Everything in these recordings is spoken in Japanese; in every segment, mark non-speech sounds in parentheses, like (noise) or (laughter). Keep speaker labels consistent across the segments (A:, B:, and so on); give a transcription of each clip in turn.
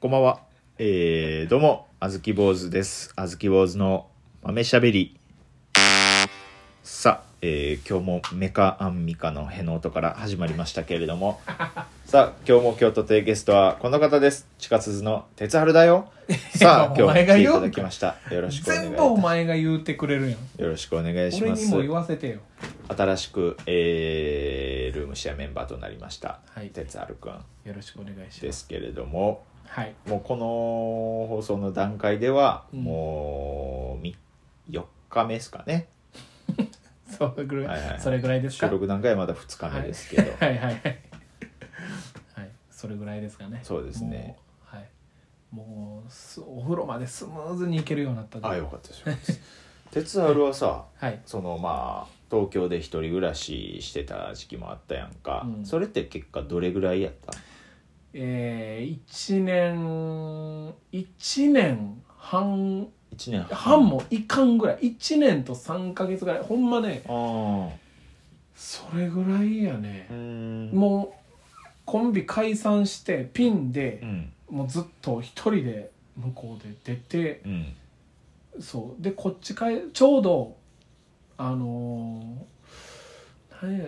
A: こんばんは。えー、どうも、あずき坊主です。あずき坊主の豆しゃべり。さあ、えー今日もメカアンミカのへの音から始まりましたけれど
B: (laughs)
A: も。さあ、今日も京都亭ゲストはこの方です。地下鈴の哲春だよ。さあ、
B: (laughs)
A: 今
B: お
A: 日も来
B: 前が
A: てい
B: 言う
A: た
B: んか
A: だきました。よろしくお願いい
B: 全
A: た
B: 部お前が言うてくれるやん
A: よろしくお願いし
B: 俺
A: ま
B: に
A: す
B: も。言わせてよ
A: 新しく、えールームシェアメンバーとなりました。
B: はい
A: 哲春くん
B: よろしくお願いし
A: で
B: ます
A: すけれども。
B: はい
A: もうこの放送の段階では、
B: うん
A: もうみ4日目ですかね
B: それぐらい、
A: はいはい
B: それぐらいですか
A: 収録段階はまだ2日目ですけど、
B: はいはいはいはいはいそれぐらいですかね
A: そうですね
B: もうはいもうすお風呂までスムーズに行けるようになったで
A: あよかったですよかったです鉄春はさ
B: はい
A: そのまあ東京で一人暮らししてた時期もあったやんか、
B: うん
A: それって結果どれぐらいやった
B: えー、1年1年半
A: 1年
B: 半もいかんぐらい1年と3か月ぐらいほんまね
A: あ
B: それぐらいやね
A: あうーん
B: もうコンビ解散してピン
A: う
B: で、
A: ん
B: もうずっと一人で向こうで出て
A: うん
B: そうでこっち帰ちょうどあのー、何や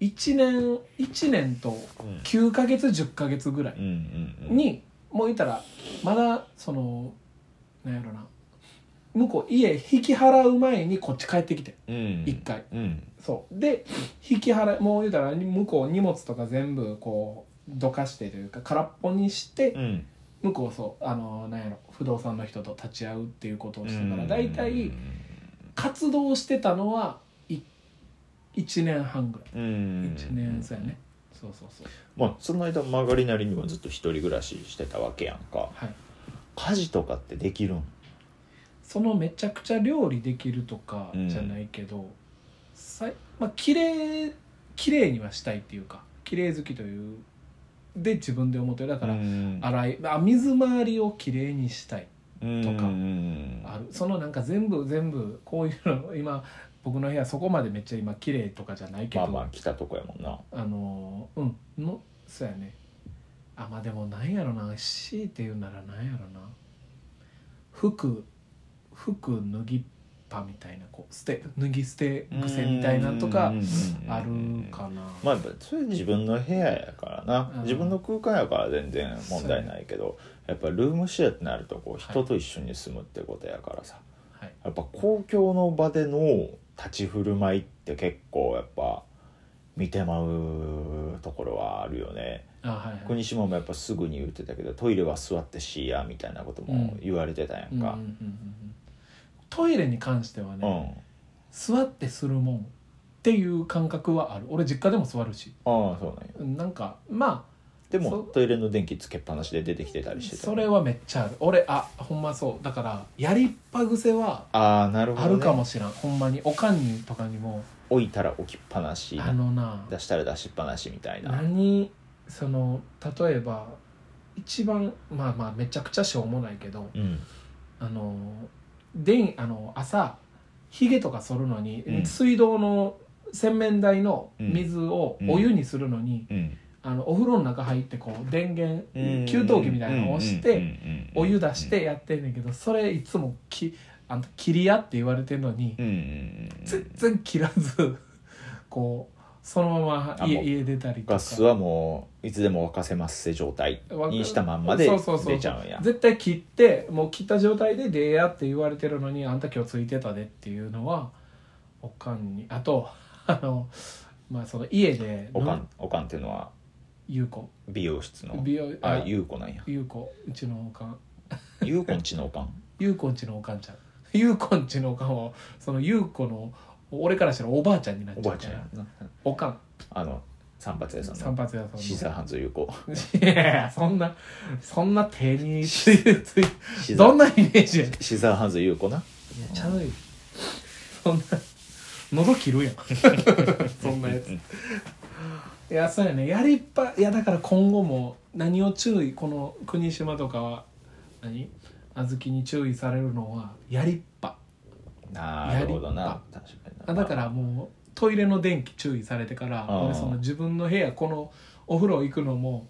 B: 1年1年と
A: うん
B: 9ヶ月10ヶ月ぐらい
A: うんうん
B: に、もういたらまだそのなんやろな向こう家引き払う前にこっち帰ってきて
A: うん
B: 1回。
A: うん
B: そうで引き払いもう言うたら向こう荷物とか全部こうどかしてというか空っぽにして
A: うん
B: 向こうそうあのなんやろ不動産の人と立ち会うっていうことをしてから大
A: う
B: 体
A: ん
B: 活動してたのはい1年半ぐらい
A: うん
B: 1年そうやねそうそうそう
A: まあ、その間曲がりなりにもずっと一人暮らししてたわけやんか
B: はい
A: 家事とかってできるん
B: そのめちゃくちゃ料理できるとかじゃないけど、さいまあ綺麗綺麗にはしたいっていうか綺麗好きというで自分で思ってるだから、
A: うん
B: 洗いあ水回りをきれいにしたい
A: う
B: とか
A: ん
B: あるそのなんか全部全部こういうの今僕の部屋そこまでめっちゃ今綺麗とかじゃないけ
A: ま
B: ど、
A: あまあ来たとこやもんな
B: あのーうんのそうやねあまあでもなんやろな強いて言うならなんやろな服服脱ぎっぱみたいなこう捨て脱ぎ捨て癖みたいなんとか
A: うんうんうん
B: あるかな、
A: まあやっぱそれ自分の部屋やからな、
B: うん
A: 自分の空間やから全然問題ないけどやっぱルームシェアってなるとこう
B: はい
A: 人と一緒に住むってことやからさ、
B: はい
A: やっぱ公共の場での立ち振る舞いって結構やっぱ見てまうところはあるよね
B: あはいはい
A: 国島もやっぱすぐに言ってたけどトイレは座ってしいやみたいなことも言われてたや
B: うんんうんうんう
A: か
B: んトイレに関してはね、
A: うん、
B: 座ってするもんっていう感覚はある俺実家でも座るし
A: ああそうなんや
B: なんかま
A: で
B: そ
A: もトイレの電気つけっぱなしで出てきてた
B: あ
A: りしてた
B: それはめっちゃある俺あほんまそうだからやりっぱ癖は
A: ああなるほ
B: あ
A: ど、ね、
B: るかもしらん、ほんまにおかんにとかにも
A: 置いたら置きっぱなし
B: あのな
A: 出したら出しっぱなしみたいな
B: 何その例えば一番まあまあめちゃくちゃしょうもないけど
A: うん
B: あのでんあの朝ひげとか剃るのに、
A: うん
B: 水道の洗面台の水をお湯にするのに、
A: うん
B: あのお風呂の中入ってこう電源給湯器みたいなのを押してお湯出してやってんねんけどそれいつもきあの切り屋って言われてんのに
A: うんうんうん
B: 全然切らず (laughs) こうそのまま
A: あも
B: 家
A: う
B: 家出たりとか
A: ガスはもういつでも沸かせますせ状態
B: わ
A: にしたまんまで
B: そうそうそう
A: 出ちゃうんや
B: 絶対切ってもう切った状態で「出や」って言われてるのに「あんた今日ついてたで」っていうのはおかんにあと (laughs) あのまあその家で
A: おかんおかんっていうのは
B: 優子
A: 美容室の
B: 美容
A: あ
B: あ
A: ゆうこなんや
B: 優子うちのおかん
A: ゆうこんちのおかん
B: ゆうこんちのおかんちゃんゆう (laughs) こんちのおかんはそのゆうこの俺からしたらおばあちゃんになっ
A: お
B: ち
A: ば
B: ゃう
A: あち
B: か
A: ゃん
B: ら
A: やな
B: おかん
A: あの散髪屋さん
B: 散
A: の
B: 髪屋
A: シ
B: さ
A: ザーハンズ有効
B: んのいやいやそんなそんな手についつい
A: シザ
B: (laughs) どん
A: ー
B: なイメージやねんい
A: シザーハンズ有効な
B: やちゃうよそんな喉切るやん (laughs) そんなやつ
A: うん
B: いやそうやねやりっぱいやだから今後も何を注意この国島とかは何小豆に注意されるのはやりっぱ
A: なるほど
B: や
A: な
B: り
A: 確かにな
B: あだからもうトイレの電気注意されてから
A: あー
B: 俺その自分の部屋このお風呂行くのも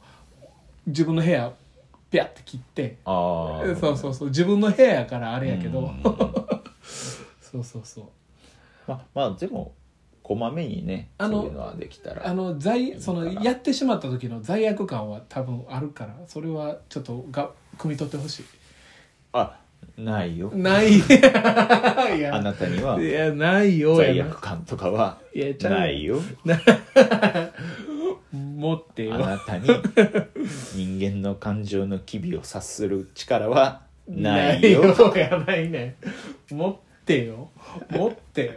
B: 自分の部屋ピャって切って
A: ああ
B: そうそうそう自分の部屋やからあれやけ
A: う
B: ど
A: ん
B: (laughs) そうそうそう
A: まあまあでもこまめにね
B: あの
A: そういうのはできたら
B: あの
A: い
B: 罪
A: い
B: そ
A: から
B: のやってしまった時の罪悪感は多分あるからそれはちょっとが汲み取ってほし
A: あないよ
B: いな
A: (laughs)
B: いい
A: あ
B: や
A: なたにはい
B: やないよ
A: 罪
B: や
A: 悪感とかはい
B: やちゃう
A: ないよ
B: 持って
A: あ
B: よ
A: な
B: (laughs)
A: たに人間の感情の機微を察する力はないよ
B: やないね持ってよ持ってよ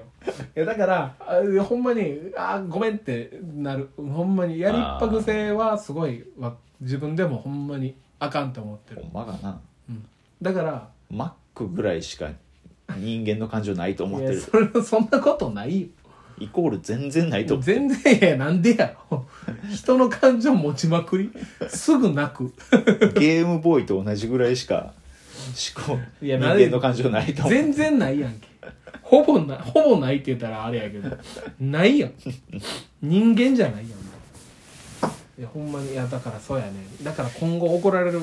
B: いやだからあほんまにあごめんってなるほんまにやりっぱぐせはすごいわ自分でもほんまにあかんと思ってる
A: ほんまかな
B: だから
A: マックぐらいしか人間の感情ないと思っ
B: い
A: て
B: や
A: る
B: それそんなことないよ
A: イコール全然ないと思ってる
B: 全然いやなんでやろ人の感情持ちまくりすぐ泣く
A: ゲームボーイと同じぐらいしか思考
B: い
A: 人
B: やな
A: 間の感情ないと思う
B: 全然ないやんけほぼなほぼないって言ったらあれやけどないやん人間じゃないやんいやほんまにいやだからそうやねだから今後怒られる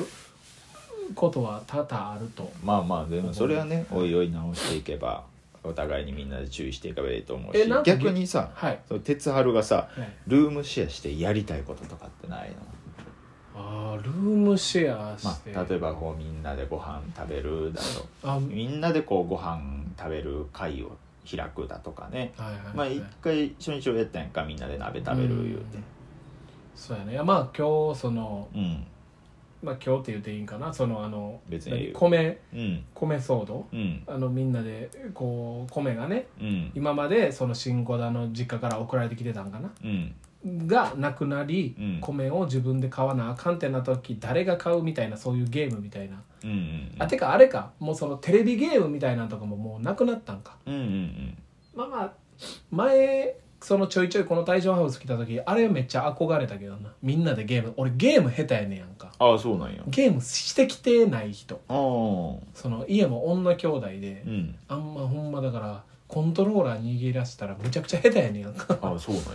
B: ことは多々あると
A: まあまあでもそれはねおいおい直していけばお互いにみんなで注意していけばいいと思う
B: え
A: し
B: なんか
A: 逆にさ
B: はい
A: その鉄春がさ
B: はい
A: ルームシェアしてやりたいこととかってないの、
B: あールームシェア
A: ま
B: して、
A: あ、例えばこうみんなでご飯食べるだと
B: あはい
A: みんなでこうご飯食べる会を開くだとかね
B: はい、はい
A: まあ一回初日をやったんやんかみんなで鍋食べる言うて
B: そうやねいやまあ今日その
A: うん
B: まあ今日って言っていいんかなそのあの
A: 別に言う
B: 米
A: うん
B: 米騒動
A: うん
B: あのみんなでこう米がね
A: うん
B: 今までその新小田の実家から送られてきてたんかな
A: うん
B: がなくなり、
A: うん
B: 米を自分で買わなあかんってなった時誰が買うみたいなそういうゲームみたいな、
A: うんうん
B: あてかあれかもうそのテレビゲームみたいなのとかももうなくなったんか
A: うんうん
B: まあまあ前そのちょいちょいこの大正ハウス来た時あれめっちゃ憧れたけどなみんなでゲーム俺ゲーム下手やねんやんか
A: ああそうなんや
B: ゲームしてきてない人
A: ああうん
B: その家も女兄弟で、
A: うん
B: あんまほんまだからコントローラー握らせたらむちゃくちゃ下手やねんやんか
A: ああそうなんや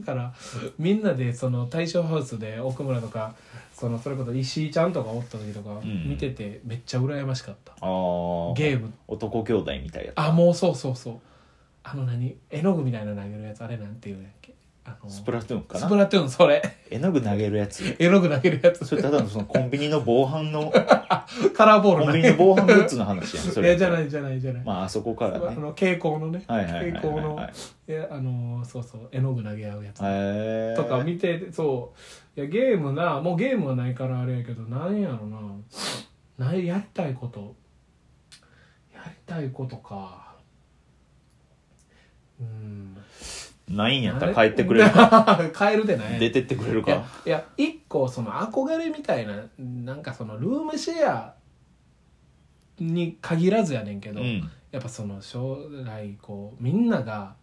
B: だからみんなでその大正ハウスで奥村とかそのそれこそ石井ちゃんとかおった時とか
A: ん
B: 見ててめっちゃ羨ましかった、
A: ああ
B: ゲーム
A: 男兄弟みたいやった
B: あもうそうそうそうあの何絵の具みたいなの投げるやつあれなんていうんやっけあの
A: スプラトゥーンか
B: スプ
A: な
B: ラトゥーンそれ
A: 絵の具投げるやつ
B: 絵の具投げるや
A: そ
B: つ
A: れただのそのコンビニの防犯
B: (laughs)
A: の
B: カラーボール
A: コン
B: 投
A: ビ
B: げ
A: ニの
B: る
A: 防犯グッズの話やんそ
B: いや
A: れ
B: じゃないじゃないじゃない、
A: まああそこから
B: あ
A: ね
B: の蛍光のね
A: はいはいはいはい
B: 蛍光
A: は
B: の
A: い
B: いやあのそうそう絵の具投げ合うやつ
A: へえ
B: とか見ててそういやゲームなもうゲームはないからあれやけどなんやろなないやりたいことやりたいことかうん
A: ないんやったら
B: あ
A: 帰ってくれる
B: (laughs) 帰るでない
A: 出てってくれる
B: いや
A: か
B: いや一個その憧れみたいななんかそのルームシェアに限らずやねんけ
A: う
B: ど、
A: ん
B: やっぱその将来こうみんなが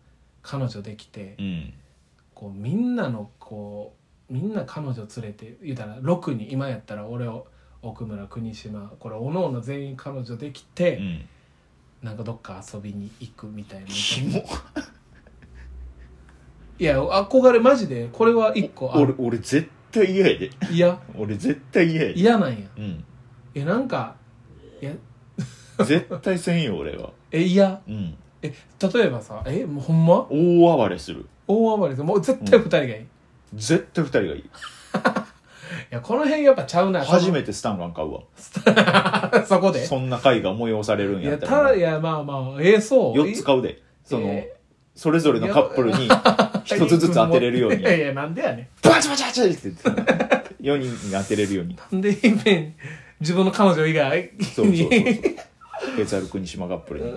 B: 彼女できて、
A: うん
B: こうみんなのこうみんな彼女連れて言うたら6人今やったら俺を奥村国島これおのおの全員彼女できて、
A: うん
B: なんかどっか遊びに行くみたいな
A: キモ
B: いや憧れマジでこれは一個あ
A: 俺
B: る
A: 俺絶対嫌やで
B: いや
A: 俺絶対嫌やで
B: 嫌なんや
A: うん
B: えなんかいや
A: 絶対せんよ俺は
B: えいや
A: うん
B: え例えばさえもうほんま
A: 大暴れする
B: 大暴れでもう絶対二人がいい、い
A: 絶対二人がいい
B: やこの辺やっぱちゃうな
A: 初めてスタンガン買うわ
B: てそこで
A: そんな会が催されるん
B: い
A: や
B: や
A: った
B: た
A: ら
B: だいやまあまあええそう
A: 4つ買うでその
B: え
A: それぞれのカップル
B: (laughs)
A: に1つずつ当てれるように
B: いやいやなんでやねん
A: バチバチバチって4人に当てれるように
B: で、いっぺん自分の彼女以外に
A: そうそうそうそうケツアル国島カップルに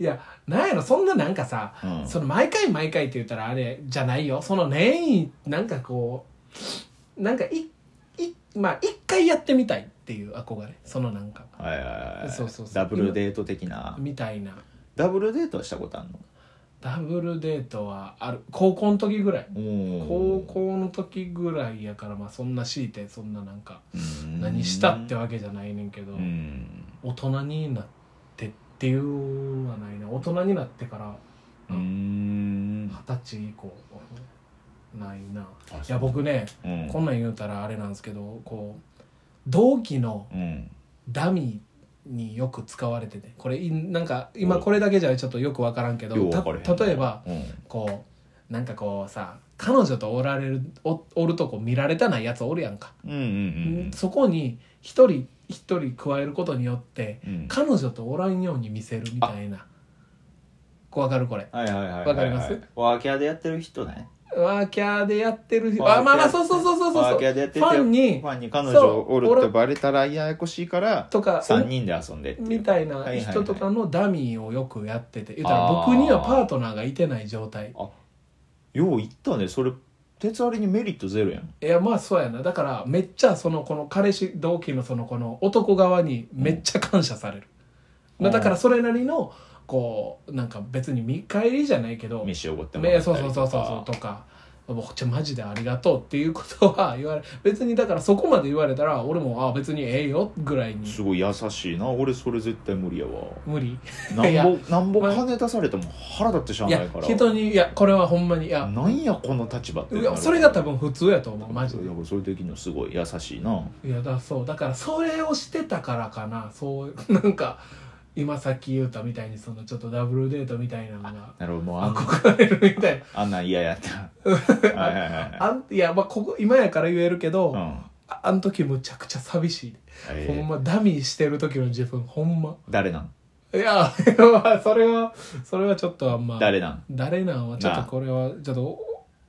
B: いやなんやろそんななんかさ、
A: うん
B: その毎回毎回って言ったらあれじゃないよその年になんかこうなんかいいまあ一回やってみたいっていう憧れそのなんか
A: はいはいはい
B: そうそうそう
A: ダブルデート的な
B: みたいな
A: ダブルデートはしたことあるの
B: ダブルデートはある高校の時ぐらい
A: 高
B: 高校の時ぐらいやからまあそんな強いてそんななんか何
A: 何
B: したってわけじゃないねんけど、
A: うん
B: 大人になってっていうのはないな大人になってから
A: うん
B: 二十歳以降ないな
A: あ
B: い
A: そ
B: や
A: う
B: 僕ね
A: うん
B: こんなん言うたらあれなんですけどこう同期の
A: うん
B: ダミーによく使われててこれいなんか今これだけじゃちょっとよく分からんけど
A: よう分かれへんな
B: た例えば
A: うん
B: こうなんかこうさ彼女とおられるおおるとこ見られたないやつおるやんか、
A: うんうん
B: そこに一人一人加えることによって
A: うんうん
B: 彼女とおらんように見せるみたいなこう分かるこれ
A: はいはいはいはいはい
B: わかります
A: ワーキャーでやってる人ね
B: ワーキャーでやってる人
A: ワーキャー
B: あまあまあそうそうそうそう
A: ワ
B: そ
A: ー
B: う
A: キャーでやってて
B: ファンに
A: ファンに彼
B: そ
A: 女
B: う
A: おるってバレたらややこしいから
B: とか
A: 3人で遊んでっていう
B: みたいな人とかのダミーをよくやってて言ったら僕にはパートナーがいてない状態
A: よう言ったねそれ鉄割りにメリットゼロやん
B: いやまあそうやなだからめっちゃそのこの彼氏同期のそのこの男側にめっちゃ感謝される、
A: うん
B: だからそれなりのこうなんか別に見返りじゃないけど
A: 飯おごってもら
B: ね
A: った
B: そう
A: り
B: そ
A: と
B: う
A: か
B: そうそうそうとか「もうこっちマジでありがとう」っていうことは言われ別にだからそこまで言われたら俺も「あ別にええよ」ぐらいに
A: すごい優しいな俺それ絶対無理やわ
B: 無理い
A: な
B: や
A: んぼなんぼ金出されても腹立ってしゃあ
B: い
A: な
B: や
A: いから
B: 人にいやこれはほんまにいや
A: なんやこの立場って
B: い
A: なる
B: やそれが多分普通やと思うマジで
A: だからそれ的にはすごい優しいない
B: やだそうだからそれをしてたからかなそうなんか今さっき言ったみたいにそのちょっとダブルデートみたいなのが
A: なるほどもうあん
B: 憧れるみたいな
A: あんなん嫌やったはいはいはいはい
B: あんいやまあここ今やから言えるけど、
A: うん
B: ああの時むちゃくちゃ寂しい、
A: え
B: ほん
A: ー
B: まダミーしてる時の自分ほんま
A: 誰なん
B: いや (laughs) それはそれはちょっとあんま
A: 誰なん
B: 誰なんはちょっとこれはちょっとお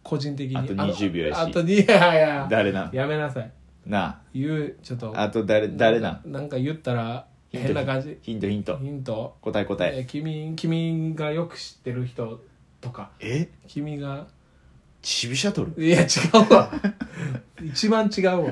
B: 個人的に
A: あと20秒やし
B: あとにいやいや
A: 誰なん
B: やめなさい
A: な
B: 言うちょっと
A: ああと誰誰なん
B: なんか言ったら
A: ヒント
B: 変な感じ
A: ヒントヒント
B: ヒント、
A: 答え答え
B: えー君君がよく知ってる人とか
A: え
B: 君が
A: チビシャトル (laughs)
B: いや違うわ一番違うわ